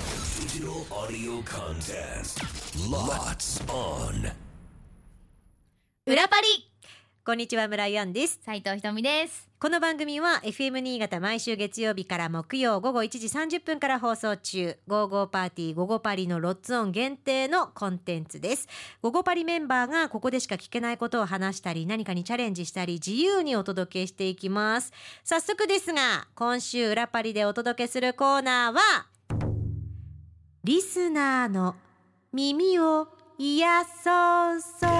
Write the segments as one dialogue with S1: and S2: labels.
S1: Digital audio contest. Lots on.
S2: 裏パリこんにちは村井アンです
S3: 斉藤ひとみです。
S2: この番組は FM 新潟毎週月曜日から木曜午後1時30分から放送中「ゴーゴーパーティーゴゴパリ」のロッツオン限定のコンテンツです。ゴゴパリメンバーがここでしか聞けないことを話したり何かにチャレンジしたり自由にお届けしていきます。早速ですが今週裏パリでお届けするコーナーはリスナーの耳を癒そうそうそうそう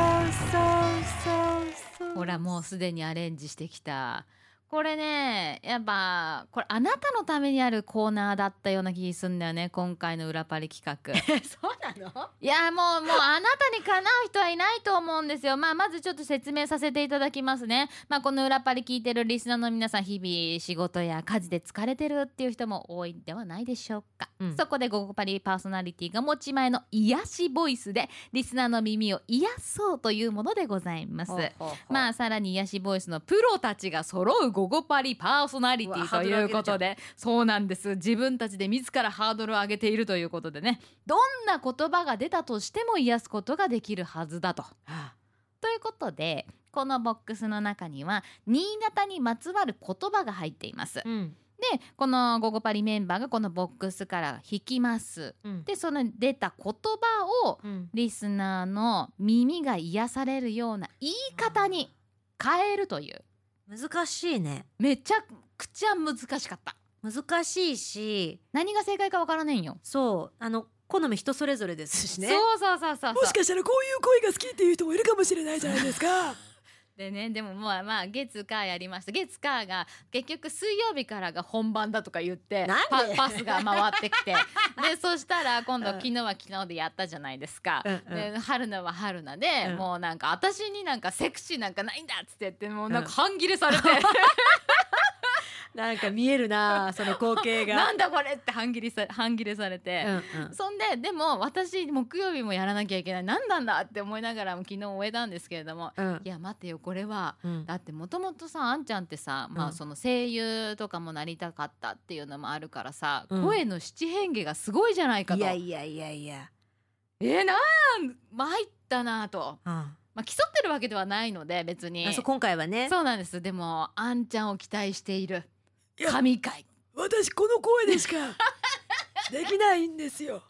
S2: そう
S3: ほらもうすでにアレンジしてきた。これね、やっぱこれあなたのためにあるコーナーだったような気すんだよね。今回の裏パリ企 画。
S2: そうなの
S3: いやもうもうあなたにかなう人はいないと思うんですよ。まあまずちょっと説明させていただきますね。まあこの裏パリ聞いてるリスナーの皆さん日々仕事や家事で疲れてるっていう人も多いんではないでしょうか。
S2: うん
S3: そこで午後パリパーソナリティが持ち前の癒しボイスでリスナーの耳を癒そうというものでございます。まあさらに癒しボイスのプロたちが揃う「ゴゴパリ」パーソナリ
S2: う
S3: テ
S2: わ
S3: ィ
S2: ハー
S3: と
S2: ドル
S3: い
S2: 上
S3: う
S2: げる
S3: こ
S2: じゃん
S3: とでそうなんです自分たちで自らハードルを上げているということでねどんな言葉が出たとしても癒すことができるはずだと。ということでこのボックスの中には新潟にまつわる言葉が入っています。
S2: うん
S3: でこの「ゴゴパリ」メンバーがこのボックスから引きます。
S2: うん
S3: でその出た言葉を
S2: うん
S3: リスナーの耳が癒されるような言い方に変えるという
S2: 難しいね
S3: めちゃくちゃ難しかった
S2: 難しいし
S3: 何が正解かわからないんよ、
S2: そうあの好み人それぞれですしね
S3: そうそうそうそうそう
S4: かしたらこういう声が好きっていう人もいるかもしれないじゃないです か。
S3: でねでもまあまあ月火やりました月火が結局水曜日からが本番だとか言って
S2: なんで
S3: パパスが回っ てきてでそしたら今度
S2: うん
S3: 昨日は昨日でやったじゃないですか、
S2: うんうん
S3: で春菜は春菜で、
S2: うん
S3: もうなんか私になんかセクシーなんかないんだっつって言ってもうなんか半切れされて、
S2: なんか見える なその光景
S3: なんだこれって半切りさ半切れされて、
S2: うんうん
S3: そんででも私木曜日もやらなきゃいけない何なんだって思いながらも昨日終えたんですけれども
S2: うん
S3: いや待ってよこれは
S2: うん
S3: だってもともとさあんちゃんってさ、ま
S2: う
S3: あ
S2: ん
S3: その声優とかもなりたかったっていうのもあるからさ、
S2: うん
S3: 声の七変化がすごいじゃないか
S2: い
S3: と
S2: やいやいやいや
S3: えー、なん参ったなと、
S2: うん
S3: まあ、競ってるわけではないので別に
S2: あそう今回はね
S3: そうなんですでもあんちゃんを期待している
S4: いや
S3: 神回
S4: 私この声でしかできないんですよ。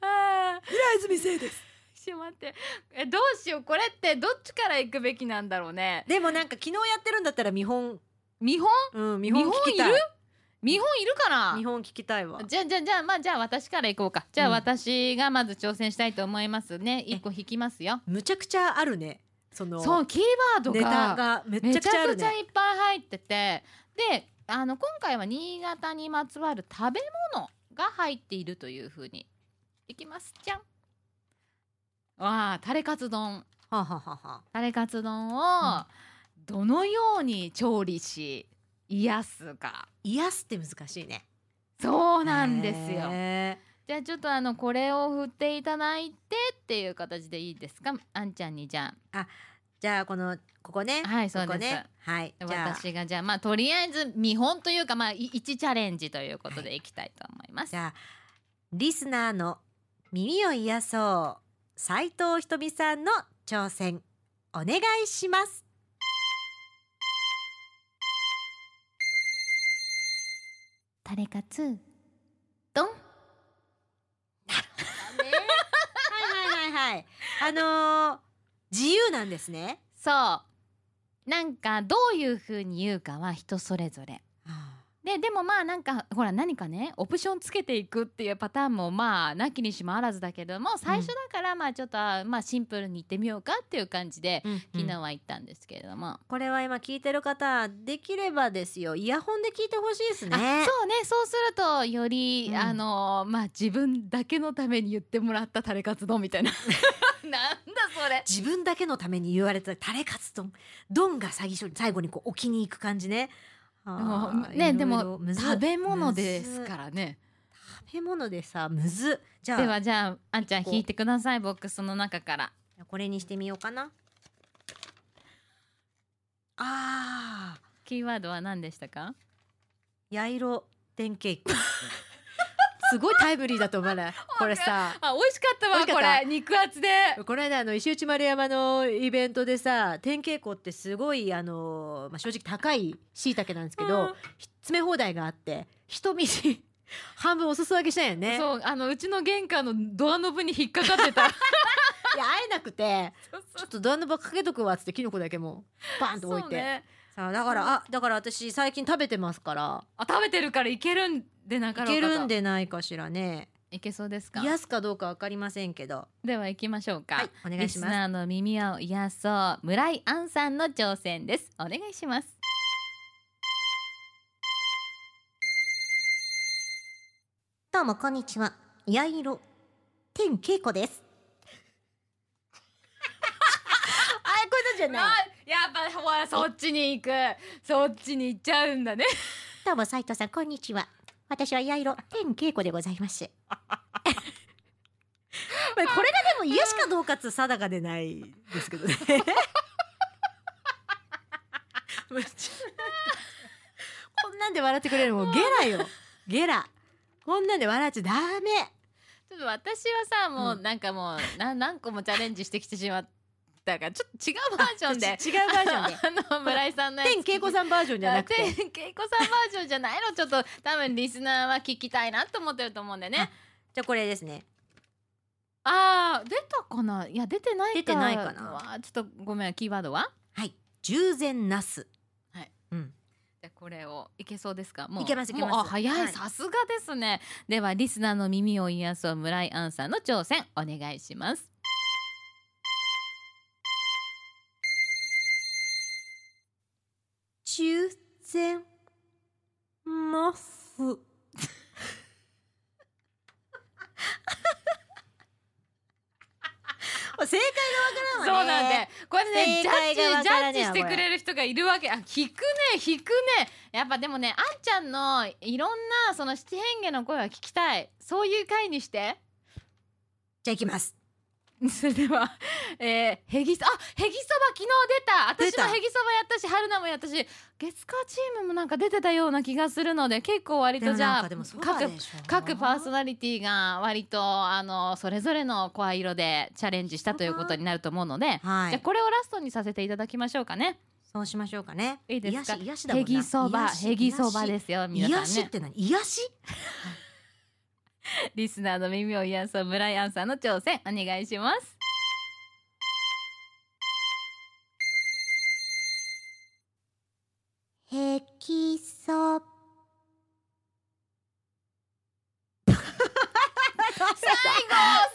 S3: あー
S4: 平泉聖です。
S3: ちょっと待ってえどうしようこれってどっちから行くべきなんだろうね
S2: でもなんか昨日やってるんだったら見本
S3: 見本
S2: うん見
S3: 見
S2: 本
S3: 本
S2: 聞き
S3: い
S2: た
S3: る
S2: い
S3: 見本いるかな
S2: 見本聞きたいわ
S3: じゃあじゃあじゃあまあじゃあ私から行こうかじゃ
S2: う
S3: あ
S2: ん
S3: 私がまず挑戦したいと思いますね一個引きますよ
S2: むちゃくちゃあるねその
S3: そうキーワード
S2: ネタ
S3: が
S2: がめ
S3: め
S2: ち
S3: ち
S2: ゃく
S3: ゃ
S2: ちゃある
S3: くちゃ
S2: ね
S3: いっぱい入っててであの今回は新潟にまつわる食べ物が入っているというふうにいきますじゃんわあタレカツ丼
S2: はあはあはあはあ
S3: タレカツ丼
S2: う
S3: をどのように調理し癒すか
S2: 癒すって難しいね
S3: そうなんですよ
S2: へ
S3: じゃあちょっとあのこれを振っていただいてっていう形でいいですかあんちゃんにじゃ
S2: ーじゃあこのここね
S3: あはいそう
S2: こ
S3: で
S2: こ
S3: す、
S2: ねはい
S3: で
S2: じゃあ
S3: 私がじゃあまあとりあえず見本というかまあい一チャレンジということでいきたいと思います、
S2: じゃあリスナーの耳を癒そう斉藤ひとみさんの挑戦お願いします
S3: タレカツドン
S2: はいはいはい はいあのー自由なんですね
S3: そうなんかどういうふうに言うかは人それぞれででもまあなんかほら何かねオプションつけていくっていうパターンもまあなきにしもあらずだけども最初だからまあちょっと、あまあシンプルにいってみようかっていう感じで昨日は行ったんですけれども、
S2: これは今聞いてる方できればですよイヤホンで聞いてほしいですね
S3: あそうねそうするとより、
S2: うん
S3: あのまあ自分だけのために言ってもらったタレカツ丼み たいななんだそれ
S2: 自分だけのために言われたタレカツ丼丼が最初に最後にこう置きに行く感じねあー
S3: ね
S2: い
S3: で
S2: ろいろ
S3: も
S2: むず
S3: 食べ物です
S2: むず
S3: からね
S2: 食べ物でさむずじゃあ
S3: ではじゃああんちゃん
S2: こう
S3: 引いてくださいボックスの中から
S2: これにしてみようかなあ
S3: キーワードは何でしたか
S2: ー八色典型そすごいタイムリーだと思わないこれさ
S3: あ美味しかった
S2: 美
S3: わ
S2: 味し
S3: こ
S2: かった
S3: れ肉厚で
S2: この間あの石内丸山のイベントでさ天稽古ってすごいあの、まあ、正直高いしいたけなんですけど、
S3: うん
S2: ひ詰め放題があって人見知り 半分お裾分けしたんよね
S3: そうあのうちの玄関のドアノブに引っかかって
S2: い
S3: た
S2: や会えなくて
S3: そう
S2: ちょっとドアノブかけとくわっつってキノコだけもうバンと置いて、
S3: ね、
S2: さあだからあだから私最近食べてますから
S3: あ食べてるからいけるんでなか
S2: い
S3: ろうかと
S2: けるんでないかしらね
S3: いけそうですか
S2: 癒すかどうかわかりませんけど
S3: では行きましょうか、
S2: はいお願いし
S3: リス
S2: ます
S3: ナーの耳を癒やそう村井杏さんの挑戦ですお願いします
S2: どうもこんにちはやいろ天稽古 ですあこういうのじゃない
S3: やっぱほらそっちに行くそっちに行っちゃうんだね
S2: どうも斉藤さんこんにちは私はやいろ天稽古でございます これがでも癒しかどうかつ定かでないですけどねむちゃ こんなんで笑ってくれるのもうゲラよ ゲラこんなんで笑っちゃダメ
S3: ちょっと私はさもう、
S2: うん
S3: なんかもうな何個もチャレンジしてきてしまったからちょっと違うバージョン で
S2: ち違うバージョンで
S3: あの村井さんのやつ
S2: 天稽古さんバージョンじゃなくて
S3: だって恵子さんバージョンじゃないのちょっと多分リスナーは聞きたいなと思ってると思うんでね
S2: じゃあこれですね
S3: あー出たかないや出てないか
S2: 出てないかな
S3: わーちょっとごめんキーワードは
S2: はい従前なす
S3: じゃあこれをいけそうですかもう
S2: いけますいけます
S3: もうあ早い、
S2: はい
S3: さすがですねではリスナーの耳を癒やそう村井杏さんの挑戦お願いします
S2: 従前なす 正解がわからんわね
S3: これね
S2: 正
S3: ジャッ
S2: 解
S3: ジジ
S2: がわか
S3: ャ
S2: らねえ
S3: ッジ
S2: わ
S3: してくれる人がいるわけあ引くね引くねやっぱでもねあんちゃんのいろんなその七変化の声は聞きたいそういう回にして
S2: じゃあいきます
S3: それでは、えー、ヘギそあヘギそば昨日出
S2: 出
S3: た
S2: た
S3: 私もヘギそばやったし春菜もやったし月火チームもなんか出てたような気がするので結構割とじゃあ各各パーソ
S2: ナ
S3: ナリティが割とあのそれぞれの声色でチャレンジしたということになると思うので、
S2: は
S3: じゃあ
S2: い
S3: これをラストにさせていただきましょうかね。
S2: そうしましょうかね
S3: いいですか
S2: 癒し癒しだもん
S3: ヘ
S2: な
S3: ギそば
S2: 癒し
S3: ヘギそばですよ皆
S2: 癒
S3: さ
S2: し
S3: ん
S2: っ
S3: ね。
S2: て何癒し
S3: リスナーの耳を癒やそう村井杏さんの挑戦お願いします。
S2: ヘキソ
S3: 最後最後もっ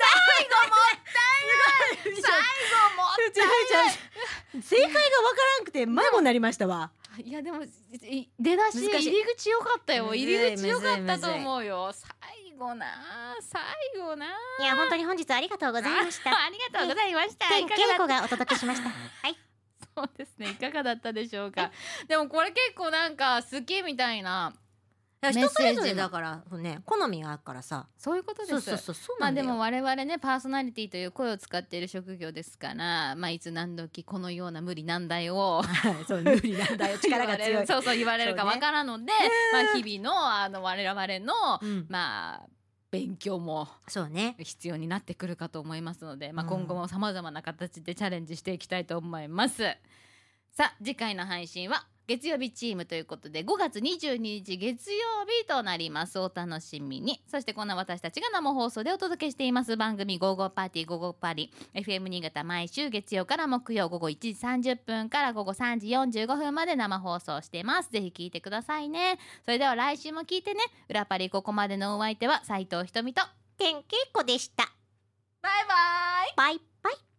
S3: たいない最後もったいない
S2: 正解がわからんくて迷子になりましたわ
S3: いやでもいい出だし入
S2: 難しい
S3: り口良かったよ
S2: むずい
S3: 入り口良か
S2: む
S3: っ
S2: ずい
S3: た
S2: むずい
S3: と思うよ最後な最後ない
S2: や本当に本日ありがとうございました
S3: ありがとうございました
S2: 天
S3: いかが
S2: 稽
S3: だっ
S2: 古がお届けしました はい
S3: そうですねいかがだったでしょうかでもこれ結構なんか好きみたいな
S2: だから人それぞれ
S3: メッセージも
S2: だからね好みがあるからさ
S3: そういうことです
S2: そうそうそうそう
S3: ま
S2: な
S3: あ
S2: んだ
S3: で
S2: よ、
S3: も我々ねパーソナリティという声を使っている職業ですからまあいつ何時このような無理難題を
S2: はいそう無理なんだよ力が
S3: 言
S2: 強
S3: われ
S2: い
S3: るそうそう言われるかわからんので、まあ日々のあの我々の
S2: うん
S3: まあ勉強も
S2: そうね
S3: 必要になってくるかと思いますので、まあ、
S2: うん
S3: 今後もさまざまな形でチャレンジしていきたいと思います。さあ次回の配信は月曜日チームということで5月22日月曜日となりますお楽しみにそしてこんな私たちが生放送でお届けしています番組「ゴーゴーパーティーゴーゴーパリ」FM 新潟毎週月曜から木曜午後1時30分から午後3時45分まで生放送していますぜひ聞いてくださいねそれでは来週も聞いてね裏パリここまでのお相手は斉藤ひとみと
S2: 天稽古でした
S3: バイバイ
S2: バイバイ